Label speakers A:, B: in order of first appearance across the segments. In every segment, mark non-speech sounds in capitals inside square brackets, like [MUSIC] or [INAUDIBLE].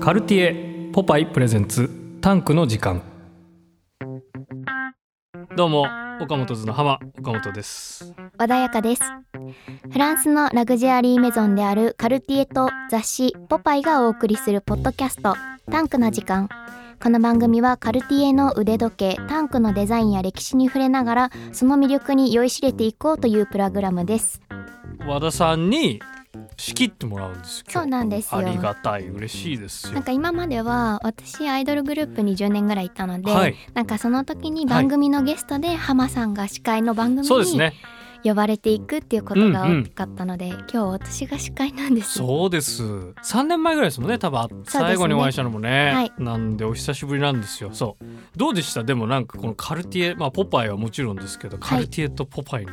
A: カルティエポパイプレゼンツタンクの時間どうも岡本図の浜岡本です
B: 穏やかですフランスのラグジュアリーメゾンであるカルティエと雑誌「ポパイ」がお送りするポッドキャスト「タンクの時間」この番組はカルティエの腕時計タンクのデザインや歴史に触れながらその魅力に酔いしれていこうというプログラムです
A: 和田さんに仕切ってもらうんです
B: そうなんですよ
A: ありがたい嬉しいです
B: な
A: よ
B: んか今までは私アイドルグループに10年ぐらいいたので、
A: はい
B: なんかその時に番組のゲストでハマさんが司会の番組
A: そうです
B: に
A: ね
B: 呼ばれていくっていうことが
A: うんうん
B: 大きかったので、今日私が司会なんです
A: そうです3年前ぐらいですもんね多分
B: すね
A: 最後にお会いしたのもね、
B: はい
A: なんでお久しぶりなんですよそうどうでしたでもなんかこのカルティエまあポパイはもちろんですけど、カルティエとポパイの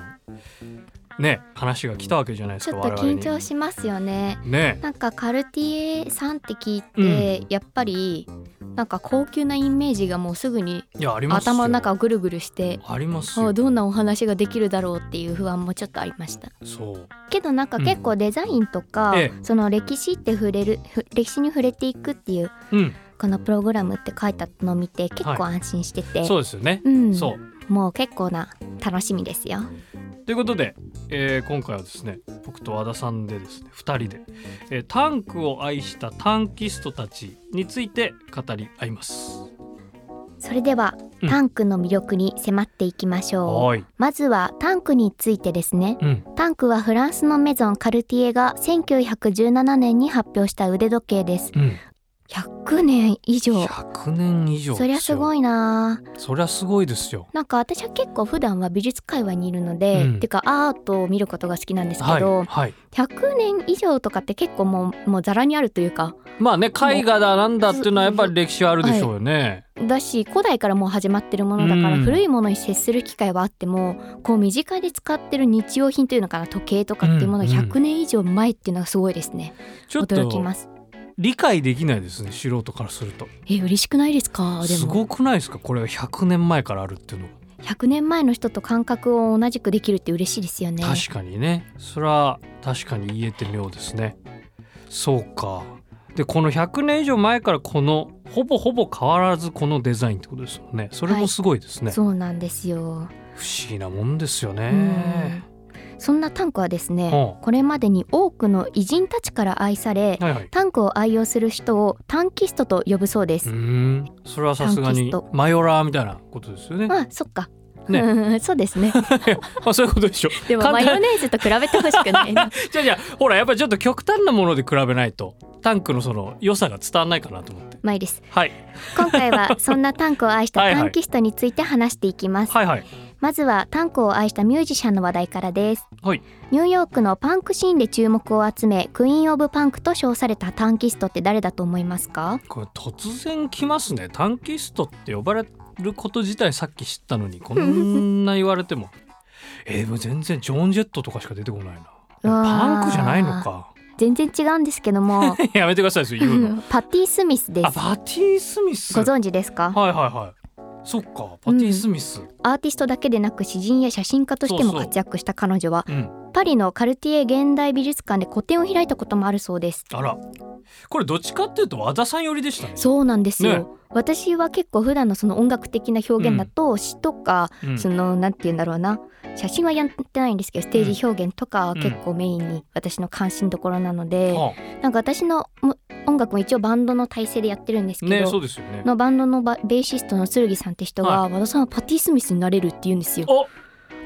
A: ね話が来たわけじゃないです
B: ち
A: か
B: ょっと
A: 我々
B: 緊
A: に
B: 張しますよね
A: ね
B: なんかカルティエさんって聞いて、やっぱりなんか高級なイメージがもうすぐに
A: いやありますよ
B: 頭の中をぐるぐるして
A: あります
B: あ
A: よ
B: どんなお話ができるだろうっていう不安もちょっとありました
A: そう
B: けどなんか結構デザインとか、
A: え
B: その歴史って触れるふ歴史に触れていくっていう
A: うん
B: このプログラムって書いてあったのを見て結構安心してて、
A: そうですよね、
B: うん、
A: そう
B: もう結構な楽しみですよ
A: ということで、えー今回はですね僕と和田さんでですね2人で、えータンクを愛したタンキストたちについて語り合います。
B: それでは、
A: うん
B: タンクの魅力に迫っていきましょう
A: はい、
B: まずはタンクについてですね
A: うん、
B: タンクはフランスのメゾンカルティエが1917年に発表した腕時計です
A: うん、
B: 100年以上
A: 100年以上ですよ
B: そりゃすごいなあ
A: そりゃすごいですよ
B: なんか私は結構普段は美術界隈にいるので、
A: うん
B: てかアートを見ることが好きなんです
A: は
B: け
A: い
B: ど、
A: はい
B: 100年以上とかって結構もうもうざらにあるというか
A: まあね絵画だなんだっていうのはやっぱり歴史はあるでしょうよね、
B: だし古代からもう始まってるものだから、
A: うん
B: 古いものに接する機会はあってもこう身近で使ってる日用品というのかな時計とかっていうものが
A: うんうん
B: 100年以上前っていうのがすごいですね、
A: ちょっ
B: 驚き
A: と
B: ます
A: 理解できないですね素人からすると
B: え嬉しくないですかですも
A: ごくないですかこれが100年前からあるっていうのは、
B: 100年前の人と感覚を同じくできるって嬉しいですよね
A: 確かにねそれは確かに言えて妙ですねそうかでこの100年以上前からこのほぼほぼ変わらずこのデザインってことですもんねそれもすごいですね、
B: そうなんですよ、
A: 不思議なもんですよ
B: うん
A: ね、
B: そんなタンクはですね
A: ほう
B: これまでに多くの偉人たちから愛され
A: はいはい
B: タンクを愛用する人をタンキストと呼ぶそうで
A: う
B: す、
A: ーんそれはさすがに
B: タンキス
A: マヨラーみたいなことですよね。
B: まあそっか
A: ね
B: うん [LAUGHS] そうで
A: [LAUGHS]
B: すね
A: あそういうことでしょ。
B: でも
A: 簡
B: マ
A: 単
B: ヨネーズと比べてほしくな
A: [LAUGHS]
B: いな
A: じゃあじゃあほらやっぱりちょっと極端なもので比べないとタンクのその良さが伝わらないかなと思って。
B: まあいいです
A: はい
B: 今回はそんなタンクを愛した
A: はいはい
B: タンキストについて話していきます
A: はいはい
B: まずはタンクを愛したミュージシャンの話題からです
A: はい。
B: ニューヨークのパンクシーンで注目を集めクイーン・オブ・パンクと称されたタンキストって誰だと思いますか
A: これ突然来ますね。タンキストって呼ばれること自体さっき知ったのにこんな言われ
B: [LAUGHS]
A: ても。えー、もう全然ジョン・ジェットとかしか出てこないな。
B: うわー
A: パンクじゃないのか。 [LAUGHS]
B: 全然違うんですけども
A: やめてくださいですよ言うの。
B: [LAUGHS] パティ・スミスで
A: あ
B: す
A: パティ・スミス。
B: ご
A: はい
B: 存知ですか
A: はいはい。そっかパティ・スミス。
B: アーティストだけでなく詩人や写真家としても活躍した彼女は
A: うん
B: パリのカルティエ現代美術館で個展を開いたこともあるそうです
A: あら、これどっちかっていうと和田さん寄りでしたね。
B: そうなんですよ、
A: ね
B: 私は結構普段のその音楽的な表現だと詩とか、
A: うん
B: そのなんて言うんだろうな写真はやってないんですけどステージ表現とかは結構メインに私の関心どころなので、
A: は
B: なんか私のも音楽も一応バンドの体制でやってるんです
A: あ
B: け
A: ね、
B: ど、
A: そうですよね。
B: のバンドのバベーシストの剣さんって人が、
A: は
B: 和田さんはパティ・スミスになれるって言うんですよ。
A: お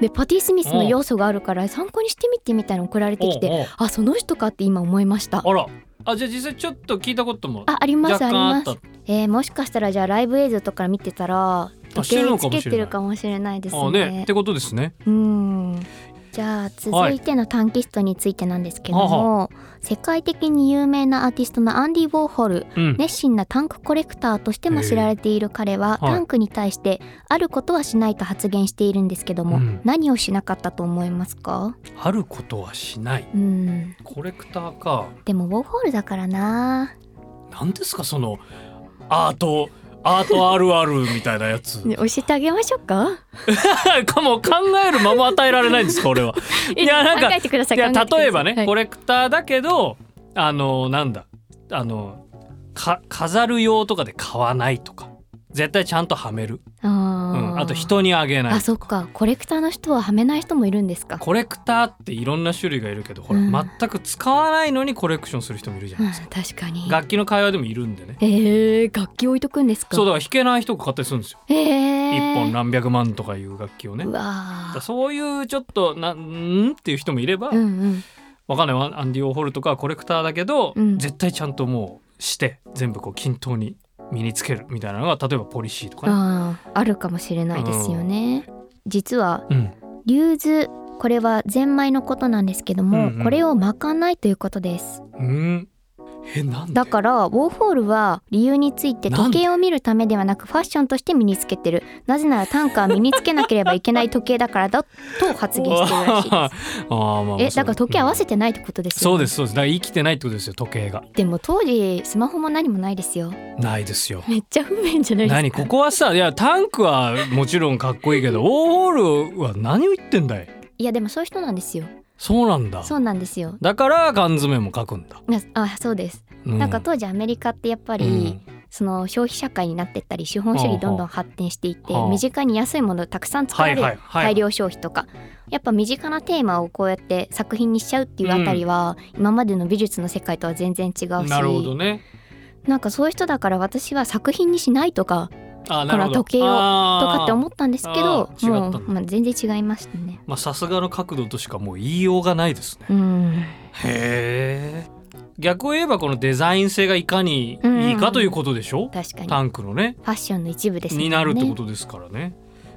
B: でパティ・スミスの要素があるから参考にしてみてみたいなの送られてきて
A: おう
B: あその人かって今思いました。
A: おうあら、あじゃあ実際ちょっと聞いたことも
B: ああります
A: 若
B: あり
A: 干あ
B: ま
A: っ
B: す
A: た。。
B: えー、もしかしたらじゃあライブ映像とか見てたら時計をつけ
A: してて
B: る
A: る
B: か
A: か
B: もしれないです
A: あ
B: ね。
A: ね、ってことですね。
B: うんじゃあ続いてのタンキストについてなんですけども、世界的に有名なアーティストのアンディ・ウォーホル
A: うん。
B: 熱心なタンクコレクターとしても知られている彼は、
A: へえはい
B: タンクに対してあることはしないと発言しているんですけども、
A: うん
B: 何をしなかったと思いますか
A: あることはしない。
B: うん
A: コレクターか。
B: でもウォーホルだからな
A: なんですかそのアート。アートあるあるみたいなやつ
B: 教えてあげましょうか
A: [LAUGHS] かも考えるまま与えられないんですか
B: [LAUGHS]
A: 俺はいやなんか
B: 考えてください
A: いや例えばね、コ
B: れ
A: レクターだけどあのなんだあのか飾る用とかで買わないとか絶対ちゃんとはめる、
B: あ
A: う
B: ー
A: ん、あと人にあげない
B: あそっかコレクターの人ははめない人もいるんですか、
A: コレクターっていろんな種類がいるけどほら、
B: うん
A: 全く使わないのにコレクションする人もいるじゃ
B: う
A: ない
B: ん、
A: ですか、
B: 確かに
A: 楽器の会話でもいるんでね
B: えー、楽器置いとくんですか
A: そうだから弾けない人が買ったりするんですよ、
B: え
A: 一
B: ー、
A: 本何百万とかいう楽器をね
B: う
A: だか
B: わ
A: ら
B: ー
A: そういうちょっとなんんっていう人もいれば、
B: うんうん
A: わかんないわアンディ・オーホルとかはコレクターだけど、
B: うん
A: 絶対ちゃんともうして全部こう均等に身につけるみたいなのが例えばポリシーとかね、
B: あーあるかもしれないですよね、実は
A: うん、
B: 流図これはゼンマイのことなんですけども、
A: うんうん
B: これをまかないということです
A: うん、えなんで
B: だからウォーホールは理由について時計を見るためではなくファッションとして身につけてるなぜなら短歌は身につけなければいけない時計だからだと発言してるらしい
A: あ
B: で
A: ーまあ
B: すえだから時計合わ
A: せ
B: せてないってことです
A: そ
B: よ、ね
A: うですそうですだから生きてないってことですよ時計が
B: でも当時スマホも何もないですよ
A: ないですよ
B: めっちゃ不便じゃないです
A: 何
B: か
A: ここはさいやタンクはもちろんかっこいいけどオーホールは何を言ってんだい
B: いやでもそういう人なんですよ
A: そうなんだ
B: そうなんですよ
A: だから缶詰も書くんだ、
B: なあそうです、
A: う
B: なんか当時アメリカってやっぱり、
A: うん
B: その消費社会になってったり資本主義どんどん発展していって
A: はあはあ
B: 身近に安いものをたくさん作
A: は
B: ら
A: い
B: れ
A: はい
B: る
A: はい
B: 大量消費とかやっぱ身近なテーマをこうやって作品にしちゃうっていうあたりは今までの美術の世界とは全然違うし
A: なるほどね
B: なんかそういう人だから私は作品にしないとか
A: あーなるほど
B: この時計をとかって思
A: っ
B: ったんですけど
A: あー違
B: も
A: った
B: う、
A: んだ
B: まあ、全然違いましたね。
A: まあさすがの角度としかもう言いようがないですね
B: うん
A: へえ逆を言えばこのデザイン性がいかにいいかということでしょ、
B: 確かにフ
A: タンクのね
B: ァッションの一部ですもんね。
A: になるってことですからね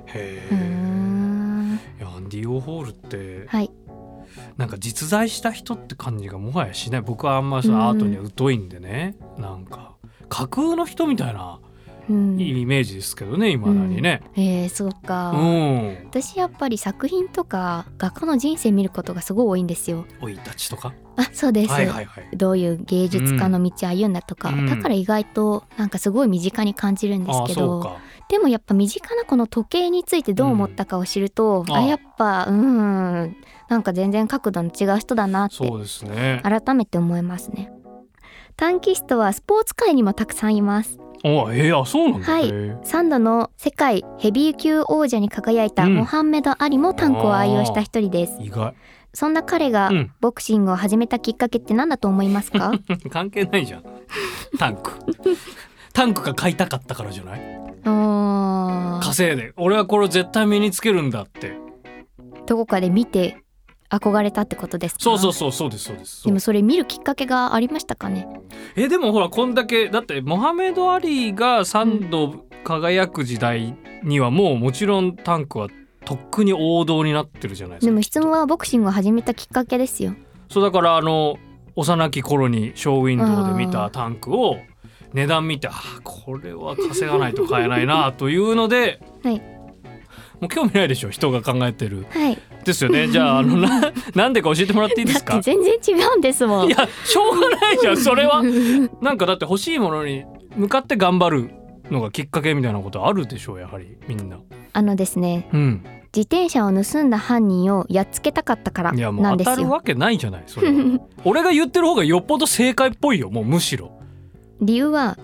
A: へ
B: うー
A: え
B: ん
A: アンディ・オーホールって
B: はい
A: なんか実在した人って感じがもはやしない僕はあんまりそのアートには疎いんでね、なんか架空の人みたいな
B: うん
A: イメージですけどねいまだにね。
B: えー、そうか。
A: うん
B: 私やっぱり作品とか画家の人生見ることがすごい多いんですよ。
A: 生い立ちとか。
B: あそうです、
A: はいはいはい。
B: どういう芸術家の道歩んだとか、
A: うん
B: だから意外となんかすごい身近に感じるんです
A: ああ
B: け
A: そう
B: ど
A: か。
B: でもやっぱ身近なこの時計についてどう思ったかを知ると、
A: うん
B: あ
A: ああ
B: やっぱうんなんか全然角度の違う人だなって
A: そうですね。
B: 改めて思いますね。短期ストはスポーツ界にもたくさんいます。
A: おえー、あそうなんだ。
B: はい
A: へー
B: 3度の世界ヘビー級王者に輝いた
A: うん
B: モハンメド・アリもタンクを愛用した一人です。
A: 意外。 [LAUGHS]
B: そんな彼が
A: うん
B: ボクシングを始めたきっかけって何だと思いま
A: [LAUGHS]
B: すか
A: 関係ないじゃん。タンク。 [LAUGHS] タンクが買いたかったからじゃない
B: あー
A: 稼いで俺はこれを絶対身につけるんだって
B: どこかで見て憧れたってことですか
A: そうそうそうそうですそうです
B: でもそれ見るきっかけがありましたかね
A: えでもほらこんだけだってモハメド・アリが3度輝く時代にはもうもちろんタンクはとっくに王道になってるじゃないですか
B: でも質問はボクシングを始めたきっかけですよ
A: そうだからあの幼き頃にショーウィンドウで見たタンクを値段見てあーこれは稼がないと買えないなというので、
B: はい
A: もう興味ないでしょ人が考えてる
B: はい
A: ですよ
B: [LAUGHS]
A: ねじゃああのななんでか教えてもらっていいで
B: だ
A: す
B: って
A: か
B: 全然違うんですもん
A: いやしょうがないじゃんそれは
B: う
A: なんかだって欲しいものに向かって頑張るのがきっかけみたいなことあるでしょうやはりみんな
B: あのですね
A: うん
B: 自転車を盗んだ犯人をやっつけたかったから
A: いやも
B: な
A: うん
B: で
A: 当た
B: す
A: る
B: よ
A: わけないじゃないそれ
B: [LAUGHS]
A: は俺が言ってる方がよっぽど正解っぽいよもうむしろ
B: 理由は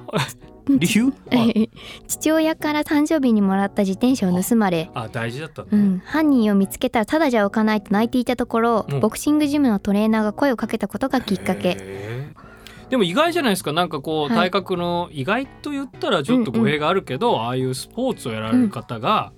A: 理由あ
B: [LAUGHS] 父親から誕生日にもらった自転車を盗まれ、
A: あ大事だったんだ
B: う
A: ね、
B: ん、犯人を見つけたらただじゃ置かないと泣いていたところ、
A: うん
B: ボクシングジムのトレーナーが声をかけたことがきっかけ。
A: へーでも意外じゃないですかなんかこう
B: は
A: 体
B: い
A: 格の意外と言ったらちょっと語弊があるけど、ああいうスポーツをやられる方が、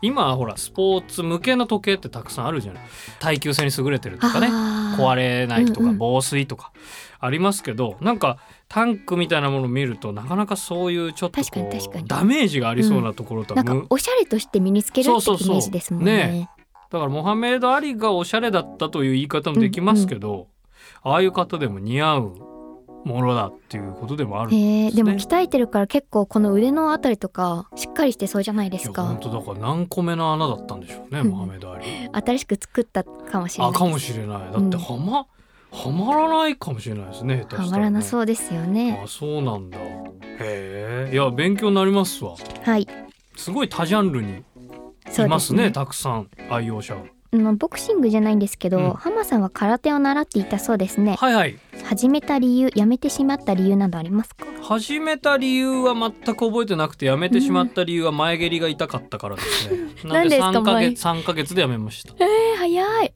A: 今ほらスポーツ向けの時計ってたくさんあるじゃない耐久性に優れてるとかね
B: あー
A: 壊れないと
B: うん
A: か
B: うん
A: 防水とかありますけど、なんかタンクみたいなものを見るとなかなかそういうちょっとこ
B: 確かに確か
A: う
B: に
A: ダメージがありそうなところと
B: な
A: は
B: ん
A: 無、
B: かおしゃれとして身につけるって
A: そうそう
B: イ
A: そう
B: メージですもんね。
A: だからモハメド・アリがおしゃれだったという言い方もできますけど、ああいう方でも似合うものだっていうことでもあるん
B: え
A: で
B: ーでも鍛えてるから結構この腕のあたりとかしっかりしてそうじゃないですす
A: よ。本
B: か。
A: 当だから何個目の穴だったんでしょうね、
B: うん
A: モハメ
B: [LAUGHS]
A: ド・アリ。
B: 新しく作ったかもしれな
A: あ
B: い。
A: かもしれないだってはま、はまらないかもしれないですね下手
B: は
A: し
B: ま
A: たら、
B: ら
A: ね。
B: なそうですよね。
A: あそうなんだ。へえいや勉強になりますわ。
B: はい、
A: すごい多ジャンルに
B: そ
A: いう
B: で
A: ます
B: す
A: ね
B: ね。
A: たくさん愛用者が。
B: まあボクシングじゃないんですけど、
A: うん
B: ハマさんは空手を習っていたそうですね。
A: はいはい。
B: 始めた理由やめてしまった理由などありますか
A: 始めた理由は全く覚えてなくてやめてしまった理由は前蹴りが痛かったからですね、なんで
B: 何ですか
A: 3ヶ
B: 前
A: 月3ヶ月でやめました
B: え早い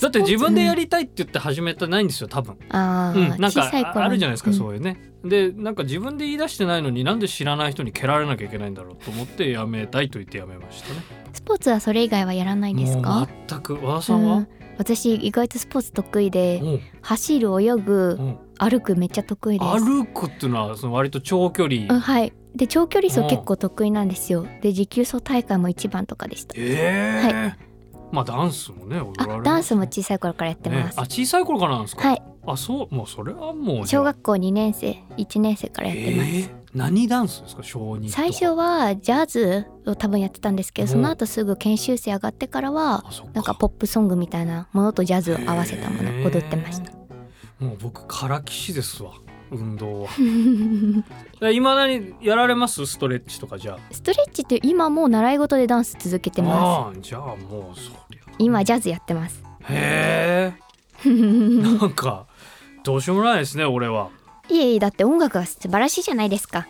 A: だって自分でやりたいって言って始めてないんですよ多分
B: あ
A: う
B: ー、
A: ん、なん
B: 小
A: か
B: さい頃
A: あるじゃないですか、
B: うん
A: そういうねでなんか自分で言い出してないのになんで知らない人に蹴られなきゃいけないんだろうと思ってやめたいと言ってやめましたね
B: スポーツはそれ以外はやらないです
A: も
B: か
A: う全く和田さん
B: う
A: は
B: ん、私意外とスポーツ得意で
A: うん
B: 走る泳ぐ
A: うん
B: 歩くめっちゃ得意です
A: 歩くっていうのはその割と長距離、
B: うんはいで長距離
A: うん
B: 走結構得意なんですよで持久走大会も一番とかでした
A: ええまあダンスもね踊られ
B: あ
A: ます
B: ダンスも小さい頃からやってます、
A: ねあ小さい頃からなんですか、
B: はい
A: あそうもうそれはもう
B: 小学校2年生1年生からやってます、
A: ええ何ダンスですか小二とか
B: 最初はジャズを多分やってたんですけど
A: うん
B: その後すぐ研修生上がってからは
A: あそっ
B: なんかポップソングみたいなものとジャズを合わせたもの踊ってました
A: へえもう僕からきしですわ運 [LAUGHS] 動はいまだにやられますストレッチとかじゃあ
B: ストレッチって今もう習い事でダンス続けてます
A: ああじゃあもうそりゃ
B: 今ジャズやってます
A: へえ
B: [LAUGHS] い
A: なんかどうしようもないですね俺は
B: えいえだって音楽は素晴らしいじゃないですか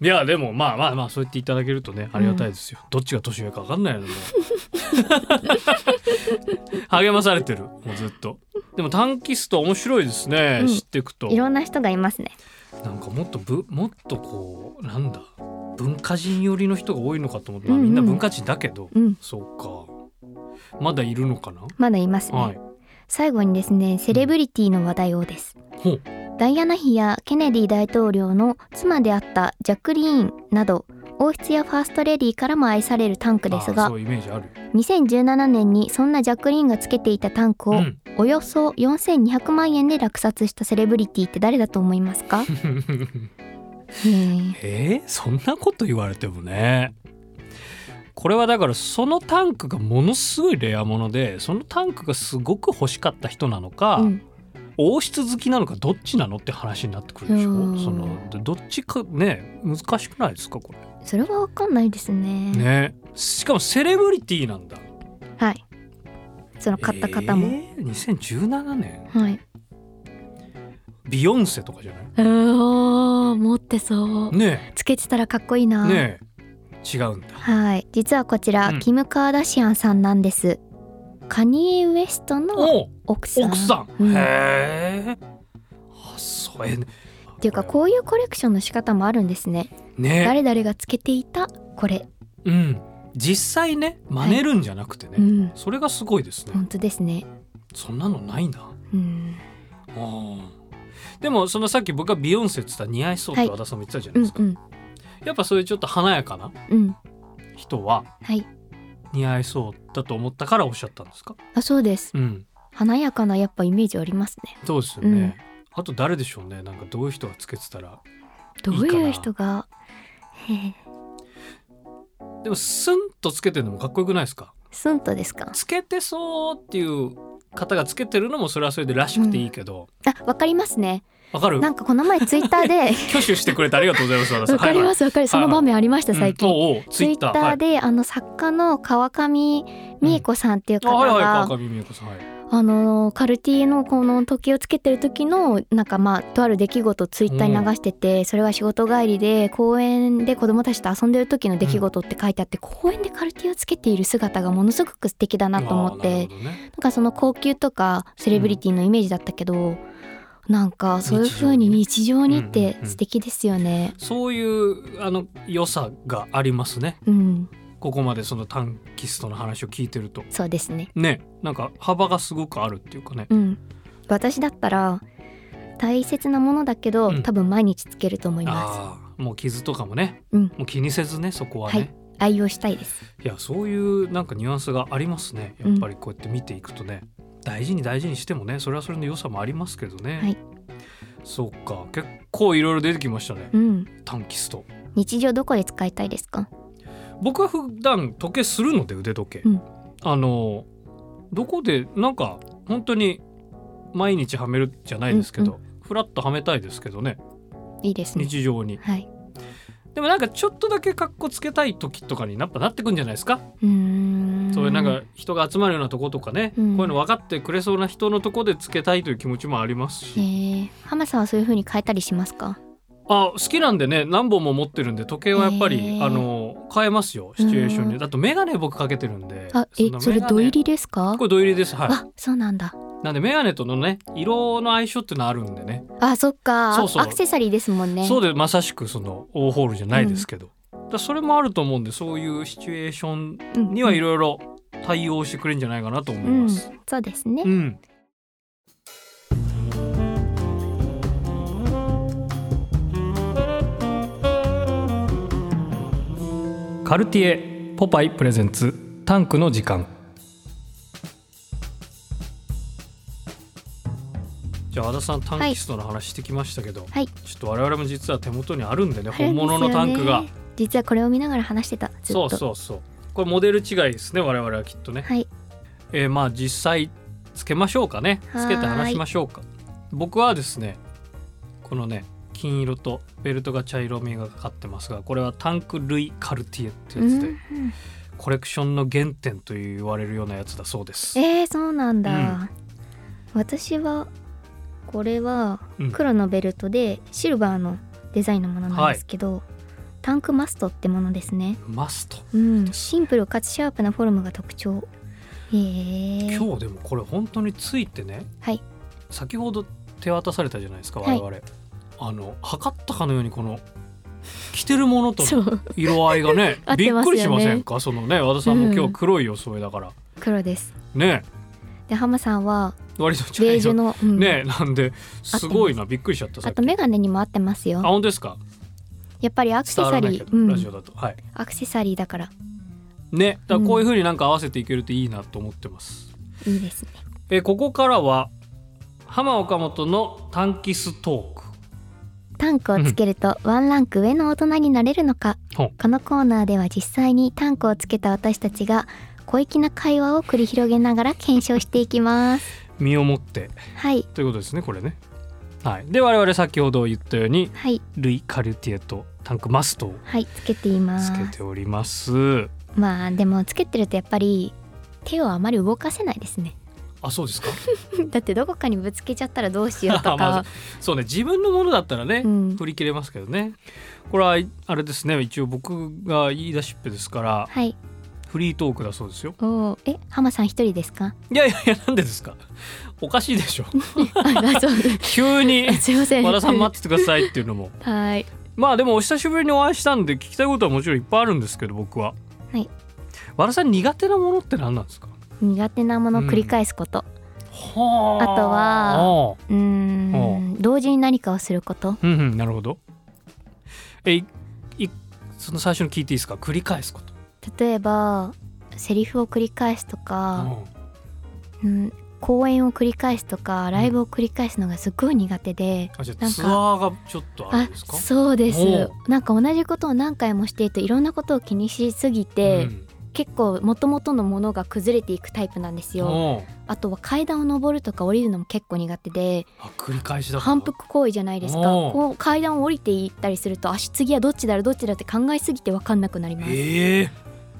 A: いやでもまあまあまあそう言っていただけるとねありがたいですよ、どっちが年上か分かんないのも [LAUGHS] う励まされてるもうずっとでも短期スト面白いですね、
B: うん
A: 知っていくと
B: いろんな人がいますね
A: なんかもっとぶもっとこうなんだ文化人寄りの人が多いのかと思って、まあ、
B: うんうん
A: みんな文化人だけど、
B: うん
A: そうかまだいるのかな、
B: まだいますね、
A: はい
B: 最後にですねセレブリティの話題をです
A: ほう
B: ダイアナ妃やケネディ大統領の妻であったジャクリーンなど王室やファーストレディーからも愛されるタンクです
A: あー
B: が
A: そういうイメージある
B: 2017年にそんなジャクリーンがつけていたタンク
A: う
B: を、
A: ん
B: およそ4200万円で落札したセレブリティって誰だと思いま
A: [LAUGHS]
B: すかね
A: えー、そんなこと言われてもねこれはだからそのタンクがものすごいレアものでそのタンクがすごく欲しかった人なの
B: え
A: か、
B: うん
A: 王室好きなのかどっちなのって話になってくるでしょ
B: うん
A: そのどどっちかね難しくないですかこれ
B: それはわかんないですね
A: ねしかもセレブリティなんだ
B: はいその買った方も、
A: えー2017年
B: はい
A: ビヨンセとかじゃな
B: うお持ってそう
A: いね
B: つけてたらかっこいい
A: え
B: な、
A: ねえ違うんだ
B: はい実はこちら、
A: うん
B: キム・カーダシアンさんなんですカニエ・ウエストの
A: おう
B: 奥さん
A: 奥さん、
B: うん
A: へえあそうえ
B: っていうかこういうコレクションの仕方もあるんですね
A: ね
B: 誰々がつけていたこれ
A: うん、実際ね真似るんじゃなくてね、
B: うん
A: それがすごいですね、
B: 本当ですね
A: そんなのないな
B: うん
A: うんでもそのさっき僕がビヨンセって言ったら似合いそうって
B: はい
A: 和田さんも言ってたじゃな
B: う
A: いで
B: ん
A: すか、
B: うん
A: やっぱそういうちょっと華やかな
B: うん
A: 人は
B: はい
A: 似合いそうだと思ったからおっしゃったんですか
B: あそうです
A: うん
B: 華やかなやっぱイメージありますね
A: そうですよね、あと誰でしょうねなんかどういう人がつけてたら
B: どういう人がへえ
A: でもスンとつけてるのもかっこよくないですか
B: [LAUGHS] スンとですか
A: つけてそうっていう方がつけてるのもそれはそれでらしくていいけど
B: あわかりますね
A: わ、かる
B: なんかこの前ツイッタ
A: [LAUGHS]
B: ーで
A: 挙手してくれてありがとうございます和田さん
B: わかりますわかるその場面ありました最近、
A: うんおうおう
B: ツ
A: ツ
B: イ
A: イ
B: ッ
A: ッ
B: タ
A: ター
B: ーで、あの作家の川上美恵子さんっていう
A: は
B: 方
A: い、あ
B: が、
A: はいはい川上美恵子さんはい
B: あのカルティエのこの時計をつけてる時のなんかまあとある出来事をツイッターに流してて、それは仕事帰りで公園で子供たちと遊んでる時の出来事って書いてあって、公園でカルティエをつけている姿がものすごく素敵だなと思っ
A: あーなる
B: て
A: ほどね
B: なんかその高級とかセレブリティのイメージだったけど、なんかそういう風に日常にって素敵ですよね。
A: そういうあの良さがありますね
B: うん、
A: ここまでその短期ストの話を聞いてると
B: そうですね。
A: ねなんか幅がすごくあるっていうかね
B: うん、私だったら大切なものだけど、
A: うん
B: 多分毎日つけると思います。
A: あーもう傷とかもね、
B: うん
A: もう気にせずねそこはね、
B: はい
A: い、
B: 愛用したいです。
A: やそういうなんかニュアンスがありますねやっぱりこうやって見ていくとね、大事に大事にしてもねそれはそれの良さもありますけどね、
B: はい
A: そうか結構いろいろ出てきましたね
B: うん、
A: 短期スト
B: 日常どこで使いたいですか？
A: 僕は普段時計するので腕時計、
B: うん
A: あのどこでなんか本当に毎日はめるじゃないですけど、ふらっとはめたいですけどね
B: いいですね。
A: 日常に、
B: はい。
A: でもなんかちょっとだけ格好つけたい時とかにやっぱなってくんじゃないですか、
B: うーん
A: そういうなんか人が集まるようなとことかね、
B: うん
A: こういうの分かってくれそうな人のとこでつけたいという気持ちもあります
B: え
A: し、
B: ー、浜さんはそういう風に変えたりしますか
A: あ好きなんでね何本も持ってるんで時計はやっぱり、
B: へー
A: あの変えますよシチュエーション
B: う
A: にだと眼鏡僕かけてるんで
B: あえ
A: んな
B: それ
A: 眼鏡
B: 土入りですか
A: これ土入りですはい
B: あそうなんだ
A: なんで眼鏡とのね色の相性ってのあるんでね
B: あそっか
A: そうそう
B: アクセサリーですもんね
A: そうでまさしくそのオーホールじゃないですけど、だからそれもあると思うんでそういうシチュエーション
B: うん
A: にはいろいろ対応してくれるんじゃないかなと思います。
B: そうですね、
A: うん、カルティエポパイプレゼンツタンクの時間じゃあ足田さんタンキストの話してきましたけど、
B: はい
A: ちょっと我々も実は手元にあるんでね
B: あるん
A: 本物のタンクが、
B: ですよね実はこれを見ながら話してたずっ
A: そ
B: と
A: うそうそうこれモデル違いですね我々はきっとね、
B: はい
A: えーまあ実際つけましょうかね
B: はーい
A: つけて話しましょうか僕はですねこのね金色とベルトが茶色みがかかってますがこれはタンク・ルイ・カルティエってや
B: うん
A: つ
B: う
A: で、
B: ん
A: コレクションの原点と言われるようなやつだそうです
B: えー、そうなんだ、私はこれは
A: うん
B: 黒のベルトでシルバーのデザインのものなんですけど、タンクマストってものですね、
A: マスト
B: うん、シンプルかつシャープなフォルムが特徴へえ
A: 今日でもこれ本当についてね、
B: はい
A: 先ほど手渡されたじゃないですか
B: は
A: 我
B: い
A: 々、あの測ったかのようにこの着てるものとの
B: そう
A: 色合いがね
B: [LAUGHS] 合っ
A: び
B: て
A: っ
B: ま
A: く
B: すよね
A: りしませんかそのね和田さん
B: う
A: も
B: ん
A: 今日黒い装いだから、
B: 黒です
A: ね
B: でハマさんは
A: 割と茶
B: ベージュ
A: 色
B: の、うん
A: ねなんですごいなびっくりしちゃったさ
B: あ
A: っ
B: と
A: き
B: メガネにも合ってます
A: あ
B: よ
A: 本当ですか
B: やっぱりアクセ
A: 伝わ
B: サ
A: らない
B: リ
A: け
B: ー、
A: ど、
B: う
A: ラジオ
B: ん、
A: だとはい
B: アクセサリーだから
A: ねだからこういう風になんか合わせていけるといいなと思ってます、
B: いいですね
A: えここからは浜岡本の短キストーク
B: タンクをつけるとワンランク上の大人になれるのか、
A: ほう
B: このコーナーでは実際にタンクをつけた私たちが小粋な会話を繰り広げながら検証していきます
A: 身をもって
B: はい
A: ということですねこれねはいで我々先ほど言ったように
B: はい
A: ルイ・カルティエとタンクマストを
B: はいつけていま
A: つ
B: す
A: けております
B: まあでもつけてるとやっぱり手をあまり動かせないですね [LAUGHS]
A: あそうですか
B: だってどこかにぶつけちゃったらどうしようと
A: [LAUGHS] ま
B: か
A: あ、そうね自分のものだったらね、
B: うん
A: 振り切れますけどねこれはあれですね一応僕が言い出しっぺですから
B: はい
A: フリートークだそうですよ
B: おーえ浜さん一人ですか
A: いやいやいやなんでですかおかしいでしょ [LAUGHS]
B: あそうです
A: 急に
B: [LAUGHS] あすいません
A: 和田さん待っててくださいっていうのも
B: はい
A: まあでもお久しぶりにお会いしたんで聞きたいことはもちろんいっぱいあるんですけど僕は
B: はい
A: 和田さん苦手なものって何なんですか
B: 苦手なものを繰り返すこと、
A: は
B: あとはうーん
A: お
B: 同時に何かをすること
A: うんうんなるほどえいいその最初に聞いていいですか繰り返すこと
B: 例えばセリフを繰り返すとか、
A: うん
B: うん、公演を繰り返すとかライブを繰り返すのがすごい苦手で、
A: あじゃあ
B: なんか
A: ツアーがちょっとある
B: あ
A: んですか
B: そうです
A: お
B: なんか同じことを何回もしているといろんなことを気にしすぎて、
A: うん
B: 結構元々のものが崩れていくタイプなんですよ
A: おう
B: あとは階段を上るとか降りるのも結構苦手で
A: あ繰り返しだから
B: 反復行為じゃないですか
A: お
B: こう階段を降りていったりすると足次はどっちだろうどっちだろうって考えすぎて分かんなくなります、
A: ええ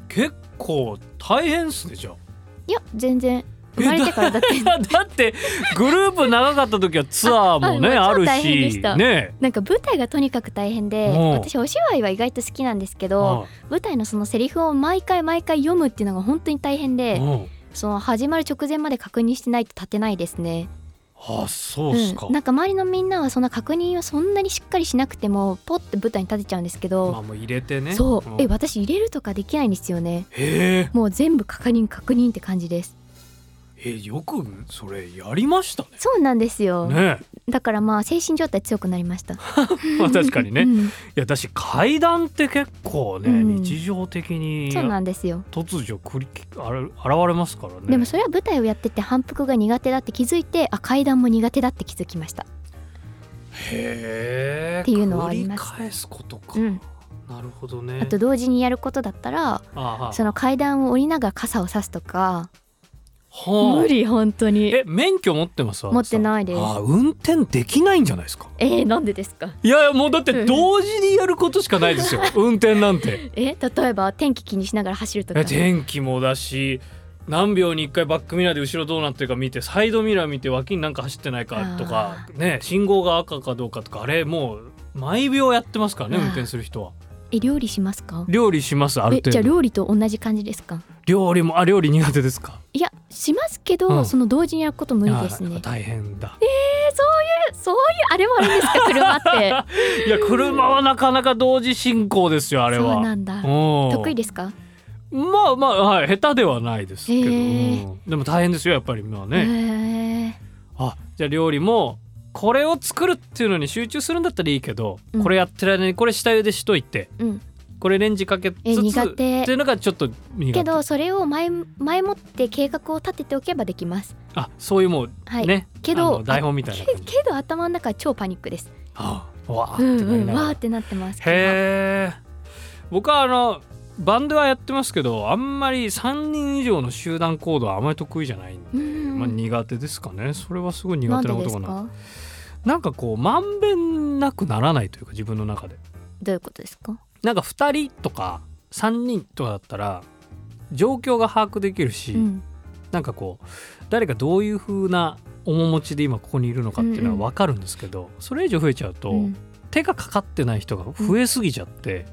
A: 結構大変っすねじゃあ [LAUGHS]
B: いや全然生まれてからだって
A: いやだってグループ長かった時はツアーもね
B: あ
A: あ
B: あもう超
A: る
B: 大変で
A: し
B: した
A: ね
B: なんか舞台がとにかく大変で
A: おう
B: 私お芝居は意外と好きなんですけ
A: あ
B: ど舞台のそのセリフを毎回毎回読むっていうのが本当に大変で
A: うん
B: その始まる直前まで確認してないと立てないですね
A: あそうっすか、
B: うん、なんか周りのみんなはそんな確認をそんなにしっかりしなくてもポッて舞台に立てちゃうんですけ
A: まあ
B: ど、
A: もう入れてね
B: そう、
A: ん
B: え私入れるとかできないんですよね
A: へえ
B: もう全部確認確認って感じです
A: えよくそれやりましたね
B: そうなんですよ、
A: ね
B: だからまあ精神状態強くなりました、
A: まあ [LAUGHS] 確かにね、
B: う
A: い
B: ん、
A: や私階段って結構ね、
B: うん
A: 日常的に
B: そうなんですよ
A: 突如繰りあら現れますからね
B: でもそれは舞台をやってて反復が苦手だって気づいてあ階段も苦手だって気づきました
A: へえ
B: っていうのはあります
A: 繰り返すことか、
B: うん
A: なるほどね
B: あと同時にやることだったら
A: ああ
B: その階段を降りながら傘を差すとか
A: はあ
C: 無理本当に
A: え免許持ってます
B: 持って
A: い
B: ないです
A: あ運転できないんじゃないですか
C: えー、なんでですか
A: いやいやもうだって同時にやることしかない
B: [LAUGHS]
A: ですよ運転なんて
C: え例えば天気気にしながら走るとか
A: え天気もだし何秒に1回バックミラーで後ろどうなってるか見てサイドミラー見て脇になんか走ってないかとかね信号が赤かどうかとかあれもう毎秒やってますからね
C: あー
A: 運転する人は
C: え料理しますか
A: 料理しますある
C: え
A: 程
C: じゃあ
A: 度
C: 料理と同じ感じですか
A: 料理もあ料理苦手ですか
C: いやしますけど、
A: うん
C: その同時にやること無理です
A: あー
C: ね
A: 大変だ
C: えそういう [LAUGHS] そういうあれもあるんですか車って
A: いや車はなかなか同時進行です [LAUGHS] よあれは
C: そうなんだ
A: うん
C: 得意ですか
A: まあまあはい下手ではないですけど、
C: へー
A: うんでも大変ですよやっぱりまあ
C: え
A: ね、あじゃあ料理もこれを作るっていうのに集中するんだったらいいけど、
C: うん
A: これやってる間にこれ下茹でしといて
C: ーうん
A: これレンジかけつつ
B: え苦手
A: っていうのがちょっと苦手
B: けどそれを前前もって計画を立てておけばできます
A: あそういうもう
B: はい、
A: ね
B: け
A: あ
B: ど
A: の台本みたいな
B: け
A: 感じ
B: けど頭の中は超パニックです
A: はあわあって
C: う
A: なんり
C: うん
A: ながら
C: わーってなってますけ
A: へえ僕はあのバンドはやってますけどあんまり3人以上の集団行動はあまり得意じゃないんで、
C: どうん
A: まあ、苦手ですかねそれはすごい苦
B: なん
A: 手
B: で
A: なこ
B: で
A: と
B: す
A: かな
B: か
A: なんかこうまんべんなくならないというか自分の中で
B: どういうことですか
A: なんか2人とか3人とかだったら状況が把握できるし、
C: うん
A: なんかこう誰がどういう風な面持ちで今ここにいるのかっていうのは分かるんですけど、それ以上増えちゃうと、
C: うん
A: 手がかかってない人が増えすぎちゃって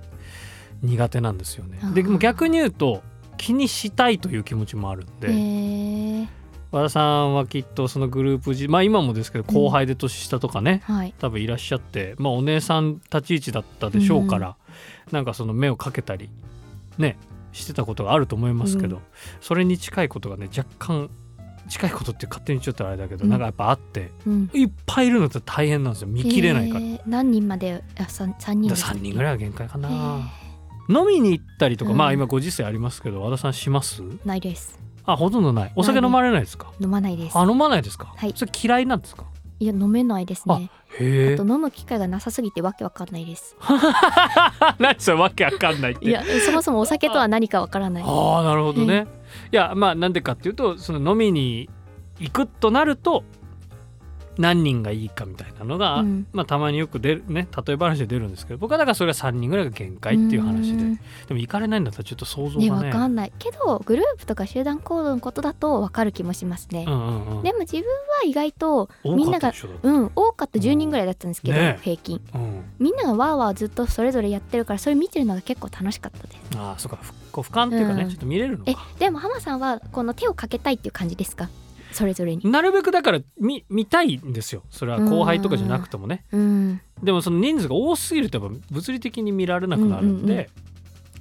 A: 苦手なんですよね。
B: あー
A: でも逆に言うと気にしたいという気持ちもあるんで、
B: へえ
A: 和田さんはきっとそのグループ時まあ今もですけど後輩で年下とかね、
B: はい
A: 多分いらっしゃって、まあ、お姉さん立ち位置だったでしょうから、なんかその目をかけたりねしてたことがあると思いますけど、それに近いことがね若干近いことって勝手に言っちょっとあれだけど、
C: うん
A: なんかやっぱあって
B: うん
A: いっぱいいるのって大変なんですよ見切れないから。
B: へー何人まであ三三人
A: だ
B: で
A: 3人
B: ぐ
A: ぐ
B: らい
A: らいは限界かな飲みに行ったりとか、
B: うん
A: まあ今ご時世ありますけど和田さんします
B: ないです
A: あほとんどないお酒飲まれないですか
B: 飲まないです
A: あ飲まないですか、
B: はい
A: それ嫌いなんですか
B: いや飲めないですねあ
A: へえ
B: と飲む機会がなさすぎてわけわかんないです
A: [LAUGHS] 何それわけわかんないって
C: いや
B: そもそもお酒とは何かわからない
A: ああなるほどね、い、やまあなんでかっていうとその飲みに行くとなると何人がいいかみたいなのが、
B: うん
A: まあたまによく出るね例え話で出るんですけど僕はだからそれが3人ぐらいが限界っていう話で
B: ん
A: でも行かれないんだったらちょっと想像
B: ね
A: が
B: わ
A: ね
B: かんないけどグループとか集団行動のことだとわかる気もしますね
A: う、んうんうん
B: でも自分は意外とみ
A: 多か
B: んな
A: った
B: が
A: でしょだって
B: うん多かった10人ぐらいだったんですけど、
A: ね
B: 平均
A: うん
B: みんながわーわーずっとそれぞれやってるからそれ見てるのが結構楽しかったです
A: ああそうかふこう俯瞰っていうかね、
B: うん
A: ちょっと見れるの
B: え
A: か
B: でも浜さんはこの手をかけたいっていう感じですかそれぞれに
A: なるべくだから見見たいんですよそれは後輩とかじゃなくてもね
B: うん
A: でもその人数が多すぎるとやっぱ物理的に見られなくなるんで、
B: うんうん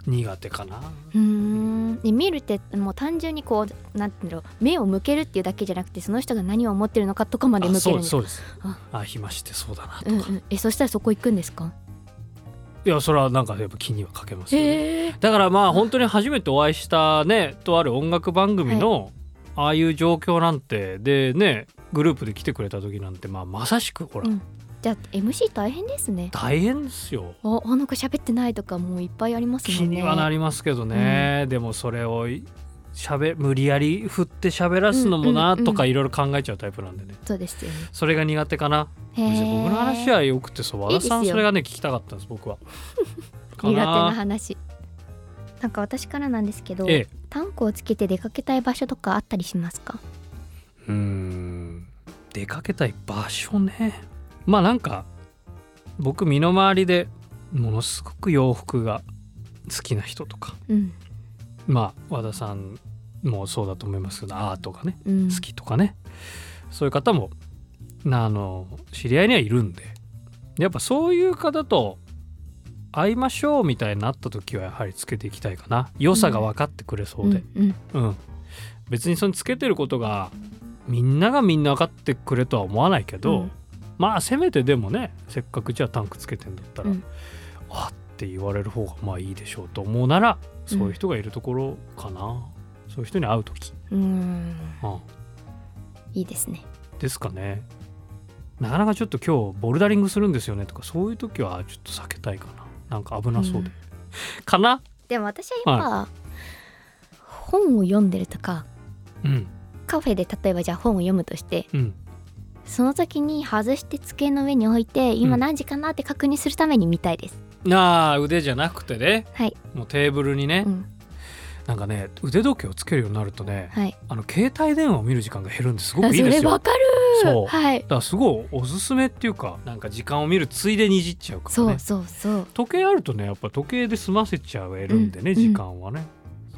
A: 苦手かな
B: うーんで見るってもう単純にこうなんていうんだろう目を向けるっていうだけじゃなくてその人が何を思ってるのかとかまで
A: あ
B: 向け
A: そ
B: る
A: うんです
B: です
A: そうです
B: あ
A: あ暇してそうだなとか、
B: うんう
A: い
B: ん、えそしたらそこ行くんですか
A: やそれはなんかやっぱ気にはかけますよね、
C: へえ
A: だからまあ本当に初めてお会いしたねとある音楽番組のああいう状況なんてでねグループで来てくれた時なんてまあまさしくほら、
B: うんじゃあ MC 大変ですね
A: 大変ですよ
B: おあなんか喋ってないとかもういっぱいありますもんね
A: 気にはなりますけどね、でもそれをいしゃべ無理やり振って喋らすのも
B: う
A: なん
B: うんうん
A: とかいろいろ考えちゃうタイプなんでね
B: そうですよね
A: それが苦手かな
B: へ
A: 別
B: ー
A: に僕の話はよくてそう和田さ
B: いい
A: ん
B: ですよ
A: それがね聞きたかったんです僕
B: [LAUGHS]
A: はか
B: 苦手な
A: な
B: 話なんか私からなんですけど、
A: ええ
B: タンクをつけて出かけたい場所とかあったりしますか
A: うーん出かけたい場所ねまあなんか僕身の回りでものすごく洋服が好きな人とか
B: うん、
A: まあ和田さんもそうだと思いますけどアートがね
B: うん、
A: 好きとかね、そういう方もなあの知り合いにはいるんでやっぱそういう方と会いましょうみたいになった時はやはりつけていきたいかな良さが分かってくれそうで、
B: うんうん
A: うん別にそのつけてることがみんながみんな分かってくれとは思わないけど、
B: うん
A: まあせめてでもねせっかくじゃあタンクつけてんだったら、
B: うん
A: あって言われる方がまあいいでしょうと思うならそういう人がいるところかな、そういう人に会う時、
B: うー
A: う
B: ん
A: ん、
B: いいですね
A: ですかねなかなかちょっと今日ボルダリングするんですよねとかそういう時はちょっと避けたいかななんか危なそうで、かな
B: でも私は今、本を読んでるとか
A: うん
B: 書カフェで例えばじゃあ本を読むとして
A: うん
B: その時に外して机の上に置いて今何時かなって確認するために見たいです、
A: なあ腕じゃなくてね、
B: はい
A: もうテーブルにね、
B: うん
A: なんかね腕時計をつけるようになるとね、
B: はい
A: あの携帯電話を見る時間が減るんですすご
C: あ
A: くいい
C: そ
A: で
C: れ
A: すよ。
C: わ
A: だか
C: かる
A: そう
C: はい
A: らすごいおすすめっていうかなんか時間を見るついでにいじっちゃうから
B: そ
A: ね
B: う。そうそう
A: 時計あるとねやっぱ時計で済ませちゃえるんでね、
B: うん
A: 時間はね。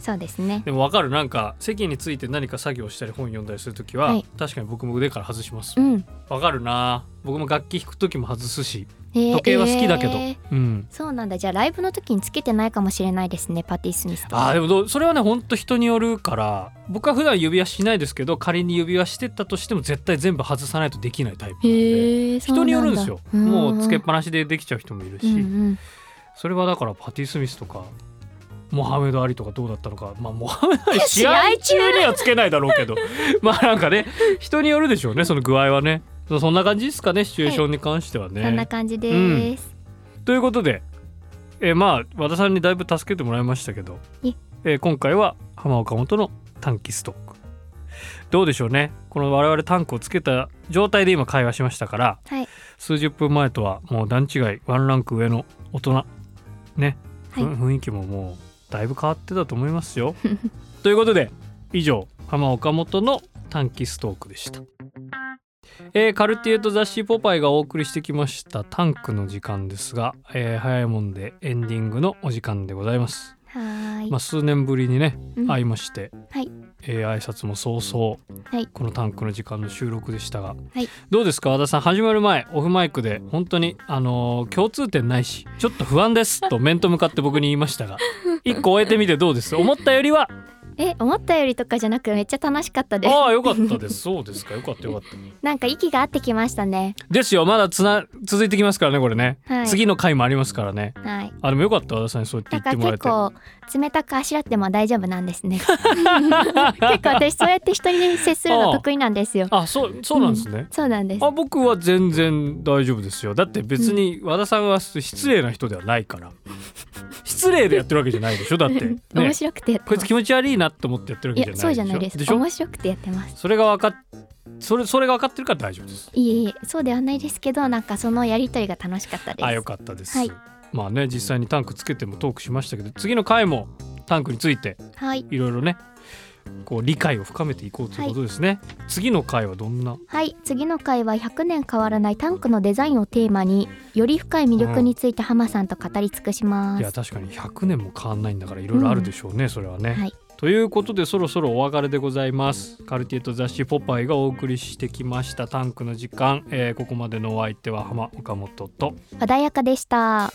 B: そうですね
A: でもわかるなんか席について何か作業したり本読んだりするときは、
B: はい
A: 確かに僕も腕から外します
B: う。ん
A: わかるな僕も楽器弾くときも外すし、
B: 時
A: 時計は好きだけどうん。
B: そうなんだじゃあライブの時につけてないかもしれないですねパティ・スミスと
A: あーでも
B: は
A: どうそれはね本当人によるから僕は普段指輪しないですけど仮に指輪してたとしても絶対全部外さないとできないタイプなんで
C: へえ
A: 人によるんですよ
B: そうなんだ
A: もうつけっ
B: うん
A: ぱなしでできちゃう人もいる
B: う
A: し、
B: んうん
A: それはだからパティ・スミスとかモハメド・アリとかどうだったのかまあモハメド・アリ
B: 試
A: 試
B: 合
A: 合
B: 中
A: 中にはつけないだろうけど [LAUGHS] まあなんかね人によるでしょうねその具合はねそそんな感じですかねシチュエーションに関してはね。
B: そんな感じです、
A: ということで、えーまあ和田さんにだいぶ助けてもらいましたけど
B: いえ、
A: えー今回は浜岡本の短期ストックどうでしょうねこの我々タンクをつけた状態で今会話しましたから、
B: はい
A: 数十分前とはもう段違いワンランク上の大人ね、ふ
B: はい
A: 雰囲気ももうだいぶ変わってたと思います
B: [LAUGHS]
A: よ。ということで以上浜岡本の短期ストークでした。えーカルティエと雑誌「ポパイ」がお送りしてきました「タンク」の時間ですが、えー早いもんでエンディングのお時間でございます。
B: はーい、
A: まあ、数年ぶりにね
B: うん
A: 会いまして、
B: はい
A: えー挨拶も早々、
B: はい
A: この「タンク」の時間の収録でしたが、
B: はい
A: どうですか和田さん始まる前オフマイクで本当に、あのー共通点ないしちょっと不安ですと面と向かって僕に言いました
B: [LAUGHS]
A: が一個終えてみてどうです思ったよりは
B: え思ったよりとかじゃなくめっちゃ楽しかったです
A: ああよかった
B: [LAUGHS]
A: ですそうですかよかったよかった
B: なんか息が合ってきましたね
A: ですよまだつな続いてきますからねこれね、
B: はい
A: 次の回もありますからね
B: はい
A: あでもよかった和田さんにそう言
B: だ
A: って言
B: か
A: って
B: ら
A: もらえ
B: 結
A: て
B: 構冷たくあしらっても大丈夫なんです
A: [LAUGHS]
B: ね結構私そうやって人に接するの得意なんですよ
A: あそうそうなんですね、
B: そうなんです
A: あ僕は全然大丈夫ですよだって別に和田さんは失礼な人ではないから、失礼でやってるわけじゃないでしょだって、ね、
B: 面白くてやって
A: こい
B: ま
A: つ
B: す
A: 気持ち悪いなと思ってやってるわ
B: い
A: けじゃないでし
B: や
A: ょ
B: そうじゃないです
A: でしょ
B: 面白くてやってます
A: それが分かっそれそれが分かってるから大丈夫です
B: いえいえそうではないですけどなんかそのやりとりが楽しかったです
A: あよかったです、
B: はい
A: まあね実際にタンクつけてもトークしましたけど次の回もタンクについて
B: はい
A: いろいろねこう理解を深めていこうということですね、次の回はどんな
B: はい次の回は100年変わらないタンクのデザインをテーマにより深い魅力について浜さんと語り尽くしま
A: い
B: す、
A: や確かに100年も変わんないんだからいろいろあるでしょうね、それはね、
B: はい
A: ということでそろそろお別れでございますカルティエと雑誌ポパイがお送りしてきましたタンクの時間、えーここまでのお相手は浜岡本と
B: 穏やかでした